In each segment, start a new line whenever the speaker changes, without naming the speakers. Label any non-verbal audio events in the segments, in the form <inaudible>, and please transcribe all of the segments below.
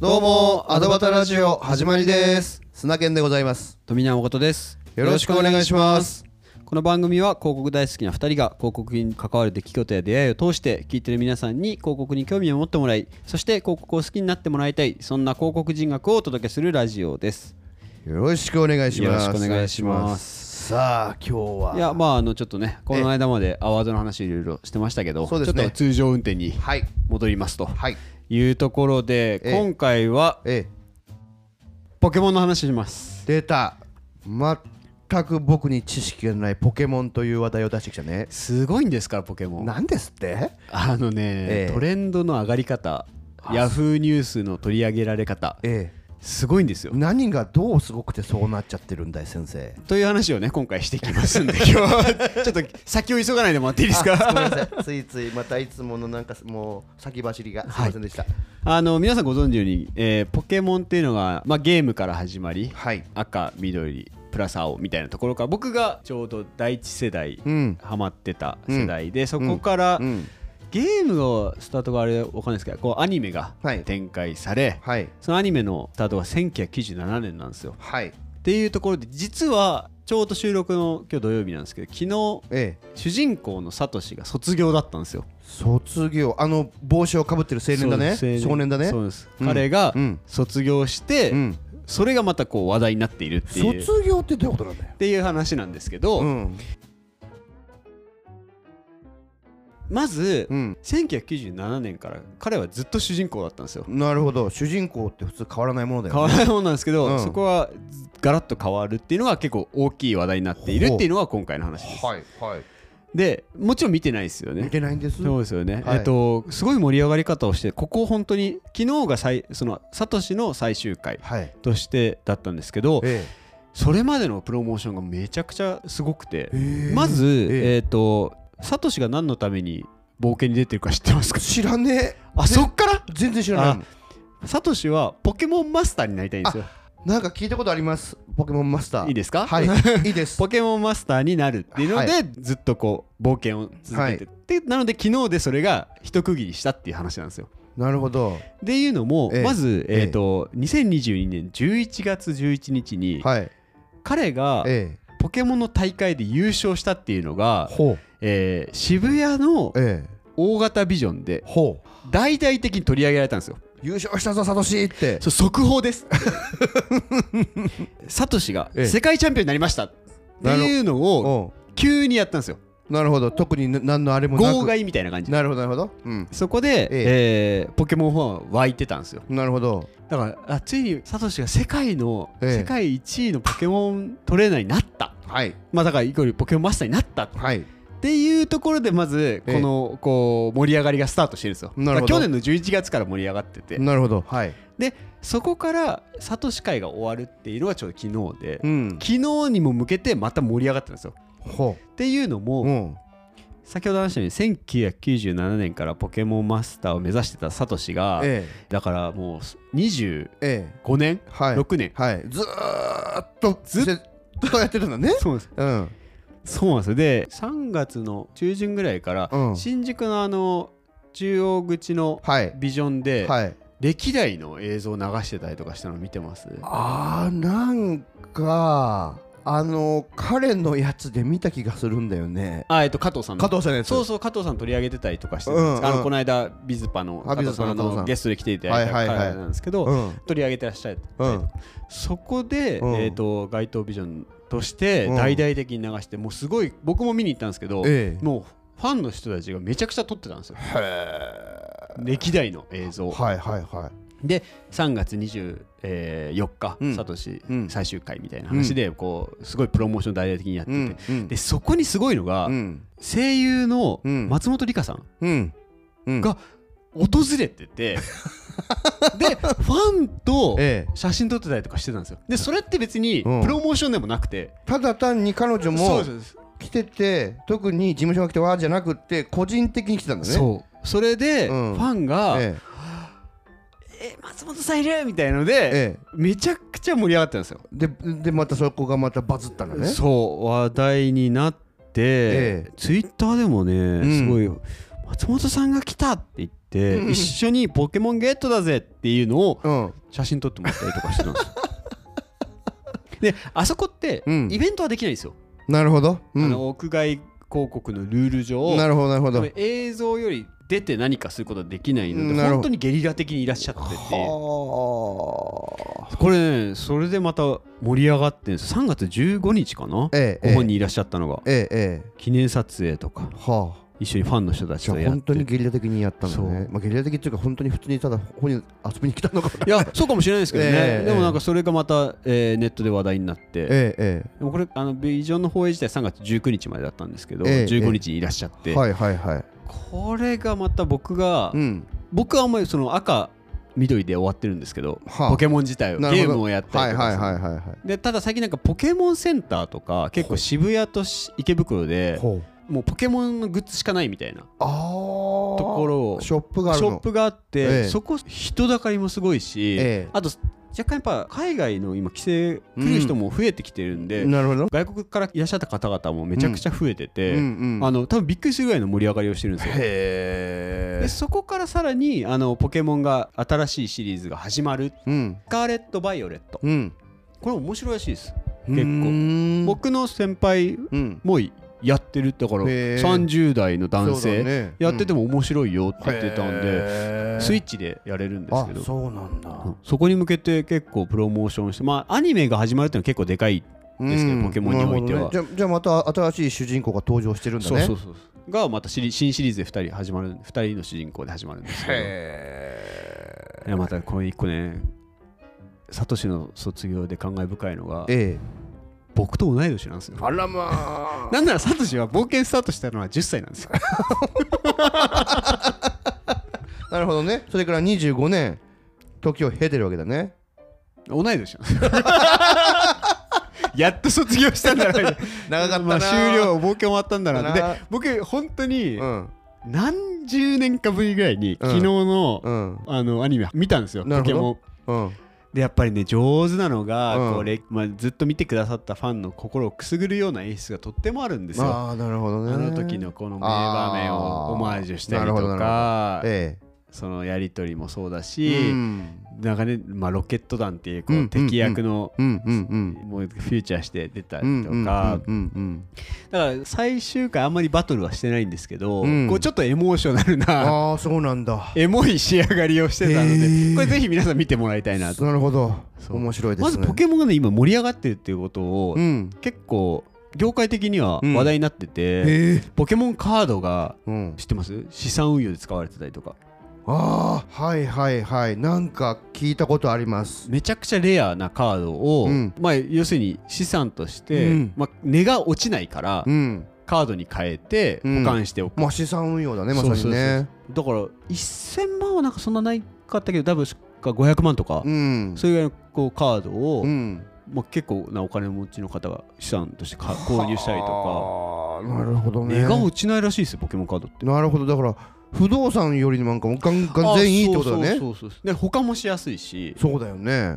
どうもアドバタラジオ始まりです砂犬でございます
富永誠です
よろしくお願いします
この番組は広告大好きな2人が広告に関わる出来事や出会いを通して聞いてる皆さんに広告に興味を持ってもらいそして広告を好きになってもらいたいそんな広告人学をお届けするラジオです
よろしくお願いします
よろしくお願いします
さあ今日はい
やまああのちょっとねこの間までアワードの話いろいろしてましたけど
そうですね
ちょっと通常運転に
はい
戻りますと
はい
いうところで
ええ
今回は
え
ポケモンの話します
出た全く僕に知識がないポケモンという話題を出してきたね
すごいんですからポケモン
なんですって
あのね、
ええ
トレンドの上がり方ヤフーニュースの取り上げられ方
え
すごいんです
え
よ
何がどうすごくてそうなっちゃってるんだい先生
という話をね今回していきます
<laughs>
んで今日はちょっと先を急がないでもらっていいです
あごめん
か
なさい
<laughs>
ついついまたいつものなんかもう先走りがすいませんでした
あの皆さんご存知のように、えーポケモンっていうのが、まあ、ゲームから始まり、
はい
赤緑プラス青みたいなところから僕がちょうど第一世代、
うん
ハマってた世代で、そこから、
うん
ゲームのスタートがあれわかんないですけどこうアニメが
はい
展開され、
はい
そのアニメのスタートが1997年なんですよ。
はい
っていうところで実はちょうど収録の今日土曜日なんですけど昨日
ええ
主人公のサトシが卒業だったんですよ。
卒業あの帽子をかぶってる青年だね
そうです
少年だね
そうです、
うん
彼が
うん
卒業して、
うん
それがまたこう話題になっているっていうっ
卒業ってどういうことなんだよ
ていう話なんですけど、
うん
まず、
うん
1997年から彼はずっと主人公だったんですよ。
なるほど主人公って普通変わらないものだよ
変わらないもんなんですけど、
うん
そこはガラッと変わるっていうのが結構大きい話題になっているっていうのが今回の話です。
はいはい
でもちろん見てないですよね
見。てないんです
そうですよね、
はい
えっと、すごい盛り上がり方をしてここ本当に昨日が最そのサトシの最終回
はい
としてだったんですけど
え
それまでのプロモーションがめちゃくちゃすごくて
えへえ
まず、
え
えっとサトシが何のために冒険に出てるか知ってますか
知らねえ
あそっから
全然知らない
サトシはポケモンマスターになりたいんですよ
なんか聞いたことありますポケモンマスター
いいですか
はいいいです
ポケモンマスターになるっていうので、
は
ずっとこう冒険を続けて、でなので昨日でそれが一区切りしたっていう話なんですよ
なるほど
っていうのも、
ええ
まず、
ええ
えーと2022年11月11日に、
はい
彼が
ええ
ポケモンの大会で優勝したっていうのが、
ほう
えー渋谷の
ええ
大型ビジョンで
ほう
大々的に取り上げられたんですよ。
優勝したぞサトシって
そう速報です。 <laughs> サトシが
ええ
世界チャンピオンになりましたっていうのを
う
急にやったんですよ。
んなるほど特にな何のあれもな
号
く
外みたいな感じで。
なるほどなるほどうん
そこで、
え
えーポケモンファンは湧いてたんですよ。
なるほど
だからあついにサトシが世界の、
ええ
世界一位のポケモントレーナーになった
はい
まあだからイコールポケモンマスターになったっ
はい
ていうところでまず
ええ
この、こう盛り上がりがスタートしてるんですよ
なるほど
だから去年の11月から盛り上がってて
なるほどはい
でそこからサトシ会が終わるっていうのがちょうど昨日で、
うん
昨日にも向けてまた盛り上がってるんですよ
ほ
っていうのも、
ううん
先ほど話したように1997年からポケモンマスターを目指してたサトシが、
え
だからもう25
えええ
年、
はい
6年
はいずーっと
ずっ
ずっとやってるんだね
そうなんです
うん
そうなんですよで3月の中旬ぐらいから、
うん
新宿のあの中央口の
はい
ビジョンで、
はい
歴代の映像を流してたりとかしたの見てます
あーなんかあの彼のやつで見た気がするんだよね
あえっと加藤さんの
加藤さんのやつ
そうそう加藤さん取り上げてたりとかしてたんです
うんうん
あのこの間ビズパの
あ
加
ビ
藤
ズパ
さん
の加藤さ
の
ん
ゲストで来ていただいた
はい
回
はいはい
なんですけど、
うん
取り上げてらっしゃる
うん
そこで、
うん
えっと街頭ビジョンとして
うん
大々的に流して、もうすごい僕も見に行ったんですけど、
ええ
もうファンの人たちがめちゃくちゃ撮ってたんですよ
へえ
歴代の映像
はいはいはい
で3月24日、
うん
サトシ
うん
最終回みたいな話で、こうすごいプロモーション大々的にやってて、
うんうん
でそこにすごいのが、
うん
声優の
うん
松本里香さん
うんうん
が訪れ
<laughs>
てて、でファンと
ええ
写真撮ってたりとかしてたんですよでそれって別にプ
うん
ロモーションでもなくて、
ただ単に彼女
そ
も
うです、
来てて特に事務所が来てわーじゃなくって個人的に来てたんだね
そうそれで、
うん
ファンが「え
え
松本さんいる!」みたいので、
ええ
めちゃくちゃ盛り上がったんですよ
えででまたそこがまたバズったんだね
そう話題になって、
ええ
ツイッターでもね、
ん
すごい松本さんが来たって言って、
うん
一緒にポケモンゲットだぜっていうのを
うん
写真撮ってもらったりとかしてたんです
<laughs>
よであそこって
うん
イベントはできないんですよ、
なるほど、うん、
あの屋外広告のルール上
なるほどなるほ
多
ど
分映像より出て何かすることはできないの
な
で
るほど
本当にゲリラ的にいらっしゃってて
は
これねそれでまた盛り上がってんです3月15日かな
あええ
ご本人いらっしゃったのが
ええええ
記念撮影とか
はあ
一緒にファンの人たち
じゃ
と
あ
やっ
本当に
て
ゲリラ的にやったんだ
そう
ね、まあ、ゲリラ的っていうか本当に普通にただここに遊びに来たのか
<laughs> いやそうかもしれないですけどね、
ええ
でもなんかそれがまた、えーネットで話題になって、
えええ
でもこれあのビジョンの放映自体3月19日までだったんですけど、
ええ
15日にいらっしゃって、
えはいはいはい
これがまた僕が、
うん
僕はあんまりその赤緑で終わってるんですけど、
はあ
ポケモン自体を
なる
ゲ
ほど
ームをやった
はい
りとか
は
す
い
る
はいはいは
でただ最近なんかポケモンセンターとか結構渋谷とし池袋
い
で
ほう
もうポケモンのグッズしかないみたいな
ああ
ところを
ショップがある
シ
の
ョップがあって、
ええ
そこ人だかりもすごいし、
ええ
あと若干やっぱ海外の今帰省来る人も増えてきてるんで、
なるほど、
外国からいらっしゃった方々もめちゃくちゃ増えてて、
うん
あの多分びっくりするぐらいの盛り上がりをしてるんですよ。
へ
でそこからさらにあのポケモンが新しいシリーズが始まる
えうん
スカーレット・バイオレット
うん
これ面白いらしいです
うーん
僕の先輩
うん
もやってるだから
へー
30代の男
そうだ
性
ね
やってて
も
も面白いよって言ってたんでスイッチでやれるんですけど
あそうなんだ
うんそこに向けて結構プロモーションしてまあアニメが始まるっていうのは結構でかいですね
うん
ポケモンにおいて
なる
は
ほどねじゃじゃあまた新しい主人公が登場してるんだ
そう
ね
そうそうそうがまたシリ新シリーズで2人始まる二人の主人公で始まるんですけど
へ
いやまたこれ一個ねサトシの卒業で感慨深いのが
えええ
僕と同い年なんですよ
あらまあ
<laughs> なんならサトシは冒険スタートしたのは10歳なんですよ
なるほどねそれから25年時を経てるわけだね
同い年なんですよ <laughs> やっと卒業したんだな
長かったな
まあ終了冒険終わったんだなで
だな
僕本当に
うん
何十年かぶりぐらいに
うん
昨日の、
うん
あのアニメ見たんですよ
な
ポ
るほど
ケモン
うん
でやっぱりね上手なのが、
うん
こうれまあ、ずっと見てくださったファンの心をくすぐるような演出がとってもあるんですよ
ああなるほど
あ
ね
の時のこの名場
あ
面
ー
をオマージュしたり
なるほ
と
どな
か
え
そのやり取りもそうだ
え
し、
うん
なんかね、まあ、ロケット弾っていうこう、
うん
敵役の、
うんうんうん
もうフューチャーして出た
う
り
ん
とか、
うんうんうん
だから最終回あんまりバトルはしてないんですけど、
うん
こうちょっとエモーショナルな
ああそうなんだ
<laughs> エモい仕上がりをしてたの
へ
で
ー
これぜひ皆さん見てもらいたいなと
なるほど
そう
面白いです
ま
ね
ずポケモンがね今盛り上がってるっていうことを、
うん
結構業界的には話題になってて、
へえ
ポケモンカードが
うん
知ってます資産運用で使われてたりとか
ああはいはいはいなんか聞いたことあります
めちゃくちゃレアなカードを、
うん
まあ、要するに資産として、
うん
まあ、値が落ちないから
うん
カードに変えて
うん
保管しておく、
まあ資産運用だねま
そ
さ
うそ
に
うそう
ね
だから1000万はなんかそんなないかったけど多分しか500万とか、
うん
そういうぐらいのこうカードを、
うん
まあ、結構なお金持ちの方が資産としてか購入したりとか。
あーなるほどね
値が落ちないらしいですよポケモンカードって。
なるほどだから不動産よりなんかもガンガン全員いいってことだ
あ
ね
そうそうそうそうで保管もしやすいし
そうだよね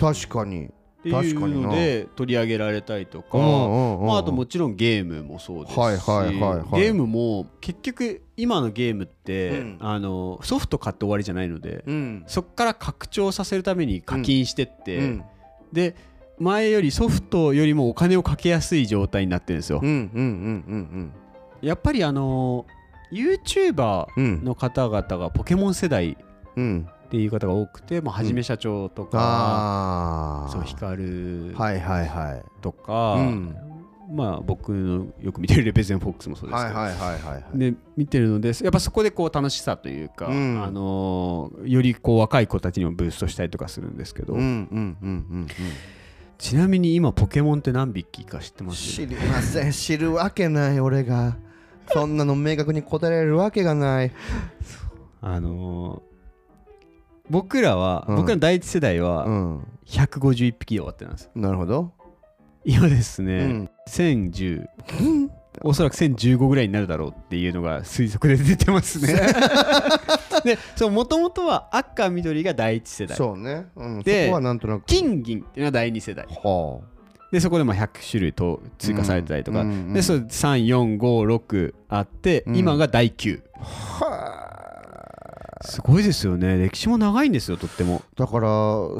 確かに
っていう
確かに
の
な
で取り上げられたりとか、ま
ま
あ、あともちろんゲームもそうですし、
はいはいはいはい
ゲームも結局今のゲームって、
うん
あのソフト買って終わりじゃないので、
うん
そこから拡張させるために課金してって、
うん
で前よりソフトよりもお金をかけやすい状態になってるんですよ
うんう、んうん
やっぱりあの YouTuber
うんうん
の方々がポケモン世代
うん
っていう方が多くて、まあ、はじめ社長とか、
ああ
そうヒカル
はいはいはい
とか、
うん
まあ僕のよく見てるレペゼンフォックスもそうです
は
け
い
ど、
はいはいはいはい
で見てるのでやっぱそこでこう楽しさというか、
うん
あのーよりこう若い子たちにもブーストしたりとかするんですけど、
うんうんうん
ちなみに今ポケモンって何匹か知って
うん
ます
知りません知るわけない俺がそんなの明確に答えられるわけがない
あのー僕らは、
うん
僕らの第一世代
う
は
ん
151匹で終わってたんですよ
なるほど
今ですね、
うん
1010おそらく1015ぐらいになるだろうっていうのが推測で出てま
<laughs>
すねでそうもともとは赤緑が第一世代
そうねうんそ
で
こはなんとなく
金銀っていうのは第二世代
はあ
でそこでまあ100種類と追加されたりとか、
うんうんうん
でそう3456あって、
うん
今が第9すごいですよね歴史も長いんですよとっても
だから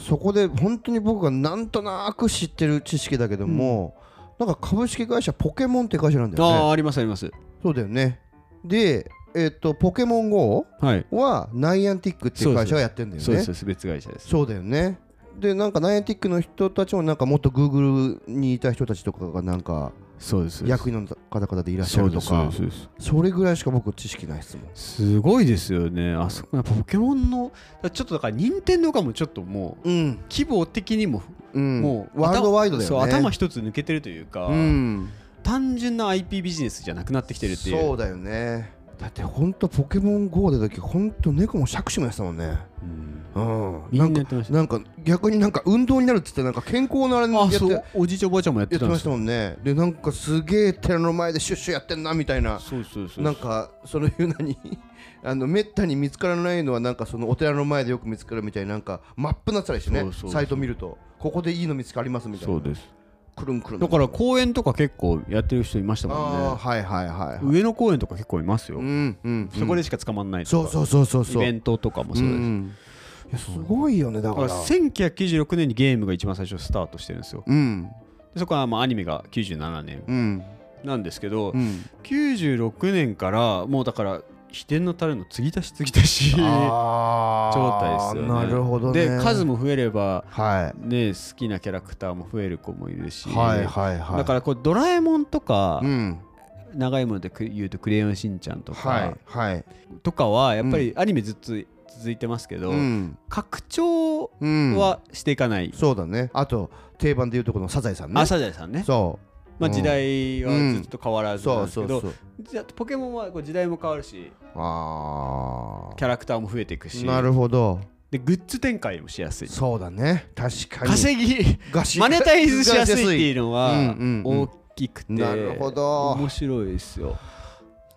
そこで本当に僕がなんとなく知ってる知識だけども、なんか株式会社ポケモンって会社なんだ
あ
よね
あありますあります
そうだよねでえっとポケモン GO
はい
はナイアンティックっていう会社がやってるんだよね
そうですそうです別会社です
そうだよねでなんかナイアンティックの人たちもなんかもっとグーグルにいた人たちとかがなんか
そうです
役員の方々でいらっしゃるとか
そうですそうです
それぐらいしか僕知識ないですもん
すごいですよねあそこやっぱポケモンのちょっとだから任天堂がもうちょっともう
うん、
規模的にも、
うん、
もう
ワールドワイドだよね
そう頭一つ抜けてるというか、
うん
単純な IP ビジネスじゃなくなってきてるっていう
そうだよねだってほんとポケモン GO 出た時ほんと猫も杓子もやってたもんね
うん
うん
み
なん
ん
か
なやってました
なんか逆になんか運動になるっつってなんか健康なあれや
あ
って
そ
や
うおじいちゃんおばあちゃんもやって
って
たんで
ますした
よ
もんねでなんかすげえ寺の前でシュッシュやってんなみたいな
そうそうそう
なんかそのいうなに <laughs> あのめったに見つからないのはなんかそのお寺の前でよく見つかるみたいななんかマップになってたりしてね
そうそうそう
サイト見るとここでいいの見つかりますみたい
そ
な
うです
くるんくるん
だから公園とか結構やってる人いましたもん
ああ
ね
はいはいはいはい
上野公園とか結構いますよ、
うんうん
そこでしか捕まんないと
そう
か
そうそうそう
イ
そう
ベントとかもそううです、
んいやすごいよねだ
だ
か
からら1996年にゲームが一番最初スタートしてるんですよ
うん
でそこはまあアニメが97年
うん
なんですけど、
うん
96年からもうだから秘伝のタレの継ぎ足し継ぎ足し状
あ
態ですよね
なるほどね
で数も増えれば
は
ね好きなキャラクターも増える子もいるし、
いはいはいはい
だからこうドラえもんとか、
うん
長いもので言うと「クレヨンしんちゃん」とか、
はいはい
とかはやっぱりアニメずっと続いてますけど、
うん
拡張
うん
はしていかない、
そうだねあと定番でいうとこのサザエさんね
あサザエさんね、
そう
ま
う
あ、
ん
時代はずっと変わらずなん
そう
で
そう
すけど、
そう
じゃあポケモンはこう時代も変わるし
あ
キャラクターも増えていくし
あなるほど
でグッズ展開もしやすい
そうだね確かに
稼ぎ
がし
マネタイズしやすいっていうの
うん
は
うんうん
大きくて
なるほど
面白いですよ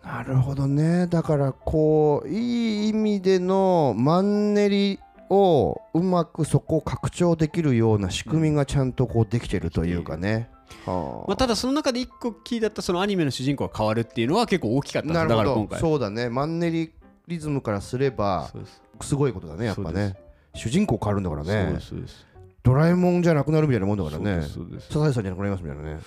なるほどねだからこういい意味でのマンネリをうまくそこを拡張できるような仕組みがちゃんとこうできてるというかね、は
まあ、ただその中で一個キーだったそのアニメの主人公が変わるっていうのは結構大きかったんです
な
よ
る
だ
ほ
か
ど
ら今回
そうだねマンネリリズムからすれば
そうです
すごいことだねやっぱ
そうで
ね主人公変わるんだから
そう
ね
ですそうです
ドラえもんじゃなくなるみたいなもんだから
そうで
ね
すそうです
サザエさんじゃなくなりますみたいなね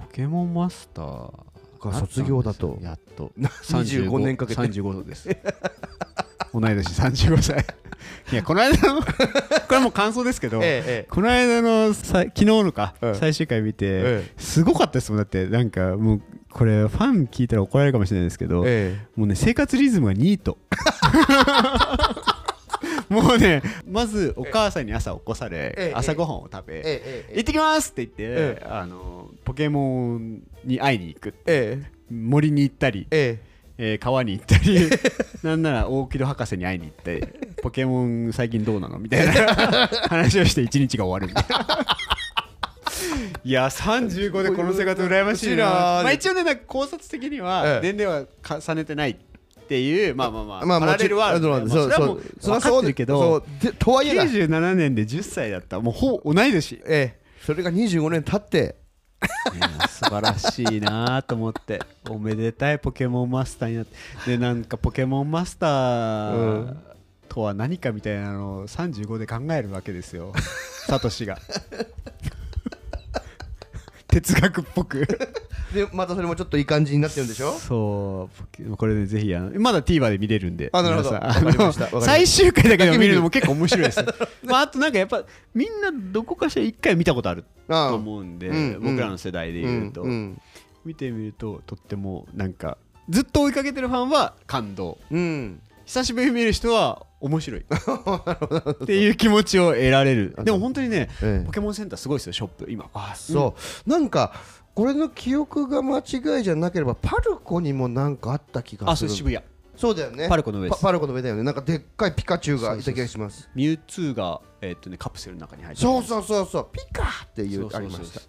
ポケモンマスター
が卒業だと
やっと
25年かけて
35度です同い年35歳いやこの間のこれはもう <laughs> 感想ですけど、
え
この間のさ昨日のか、
ええ
最終回見て、
え
すごかったですもんだってなんかもうこれファン聞いたら怒られるかもしれないですけど、
え
もうね生活リズムが
<laughs>
ニートもうねまずお母さんに朝起こされ、
ええ
朝ごはんを食べ、
え
行ってきますって言って、
え
あのポケモンに会いに行く
え
森に行ったり、
え
えー川に行ったりなんなら大木戸博士に会いに行ってポケモン最近どうなのみたいな話をして一日が終わるみたいな。いや35でこの生活羨ましいな、まあ、一応ねなんか考察的には
ええ
年齢は重ねてないっていうまあまあまあ、
まあ
パ
も
ラレ
ち
ル
ろ
ワールド
ん
で
そう
ま
そ
あそれはも
う
う
そりゃ
分か
そ
っ
う
てるけど
そうでとはいえだ
97年で10歳だったもうほぼ同い年
ええそれが25年経って
いや素晴らしいなと思 <laughs> っておめでたいポケモンマスターになってでなんかポケモンマスタ
う
ー
ん
とは何かみたいなのを35で考えるわけです <laughs> よサトシが <laughs> 哲学っぽく
でまたそれもちょっといい感じになってるんでしょ
そうポケこれねぜひあのまだ TVer で見れるんで
あなるほど
皆
わ
さん
かりました
あ
わかりま
の
した
最終回だけでも見るのも結構面白いです、まあ、あと <laughs> なんかやっぱみんなどこかしら一回見たことある
ああ
と思うんで、
うん
僕らの世代で言うと、
うんうん
見てみるととってもなんかずっと追いかけてるファンは感動
うん、
久しぶりに見る人は面白い <laughs> っていう気持ちを得られるでも本当にね
ええ
ポケモンセンターすごいですよショップ今
あそう、なんかこれの記憶が間違いじゃなければパルコにもなんかあった気が
あ
す
そう
る
渋谷
そうだよね
パルコの上で
パ
す
パルコの上だよねなんかでっかいピカチュウがいた気がします
ミュウツーがえーっとねカプセルの中に入ってる
そうそうそうそうピカっていう
そうそうそう
ありました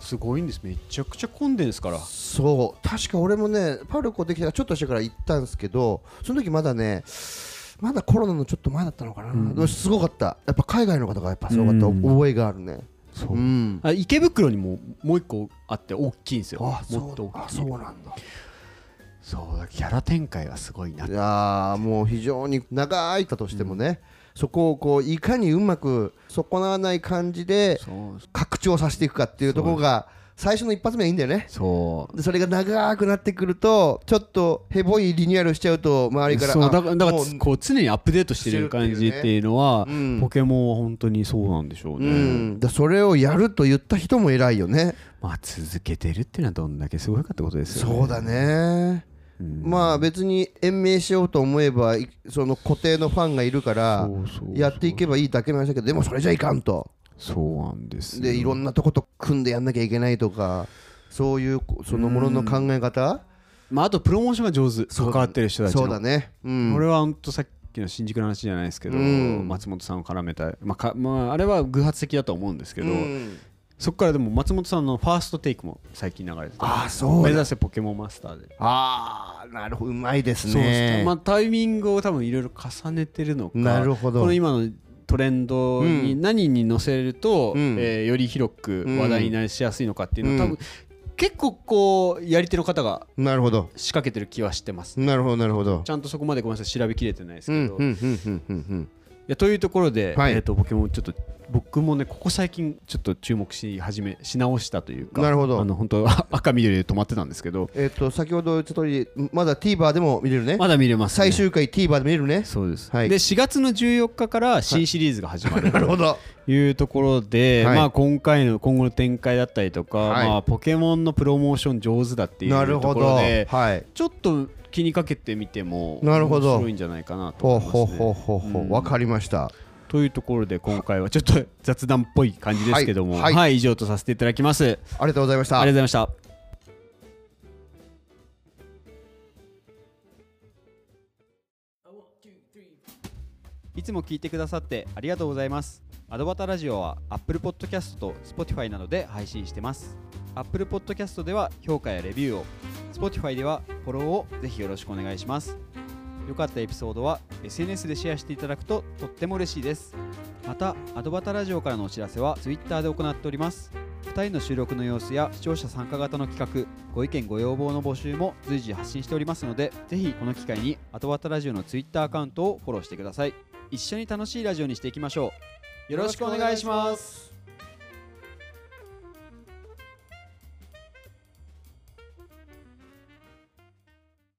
すごいんですめちゃくちゃ混んでんですから
そう確か俺もねパルコできたらちょっとしてから行ったんですけどその時まだねまだコロナのちょっと前だったのかな、でもすごかったやっぱ海外の方がやっぱすごかった
うん
覚えがあるね
そううんあ池袋にももう一個あって大きいんですよ
あ
もっと
そう
大
あ
きい
そうなんだ
そうだキャラ展開がすごいない
やーもう非常に長いたとしてもね、そこをこういかにうまく損なわない感じで
そう
拡張させていくかっていうところが最初の一発目はいいんだよね
そう
でそれが長くなってくるとちょっとヘボいリニューアルしちゃうと周りから
そうだ
あ
からだから
もう
こう常にアップデートしてる感じっていうのは
うん
ポケモンは本当にそうなんでしょう
う
ね、
ん、だそれをやると言った人も偉いよね
まあ続けてるっていうのはどんだけすごいかってことですよね
そうだね、まあ別に延命しようと思えばいその固定のファンがいるから
そうそうそう
やっていけばいいだけの話だけどでもそれじゃいかんと
そうなんですよ
でいろんなとこと組んでやんなきゃいけないとかそういうこそのものの考え方
まあ、あとプロモーションが上手関わってる人たちの
そうだねうん
これは本当さっきの新宿の話じゃないですけど、
うん
松本さんを絡めた、まあかまあ、あれは偶発的だと思うんですけど、
うん
そこからでも松本さんのファーストテイクも最近流れてて
ああそう
目
だ
指せポケモンマスターで」
ああなるほどうまいです
そうです
ね
ねまあ、タイミングを多分いろいろ重ねてるのか
なるほど
この今のトレンドに
うん
何に乗せると、
うん
えーより広く話題になりしやすいのかっていうのは、
うん
多分結構こうやり手の方が
なるほど
仕掛けてる気はしてます、
なるほどなるほど
ちゃんとそこまでごめんなさい調べきれてないです
う
け
ん
ど、
うんう
い
んうんうん
やというところで、
はい
えー、とポケモンちょっと僕もねここ最近ちょっと注目し始めし直したというか
なるほど
あの本当 <laughs> は赤緑で止まってたんですけど
えっと先ほど言った通りまだ TVer でも見れるね
まだ見れます、ね、
最終回 TVer で見れるね
そうです、
はい
で4月の14日から新シリーズが始まる、
なるほど
いうところで、
はい
まあ、今回の今後の展開だったりとか、
はい
まあ、ポケモンのプロモーション上手だっていう
なる
と
ほど
ころ
はい
でちょっと気にかけてみても
なるほど
面白いんじゃないかな
ほう
と思います、ね
ほうほうほうほうわかりました
というところで今回はちょっと雑談っぽい感じですけども、
は
はいい
はい
以上とさせていただきます。あり
ありがとうございまし
が
た
とうございました。いつも聞いてくださってありがとうございます。アドバタラジオは Apple Podcast と Spotify などで配信してます。Apple Podcast では評価やレビューを、Spotify ではフォローをぜひよろしくお願いします。良かったエピソードは SNS でシェアしていただくととっても嬉しいです。また、アドバタラジオからのお知らせは Twitter で行っております。2人の収録の様子や視聴者参加型の企画、ご意見ご要望の募集も随時発信しておりますので、ぜひこの機会にアドバタラジオの Twitter アカウントをフォローしてください。一緒に楽しいラジオにしていきましょうよろしくお願いします
す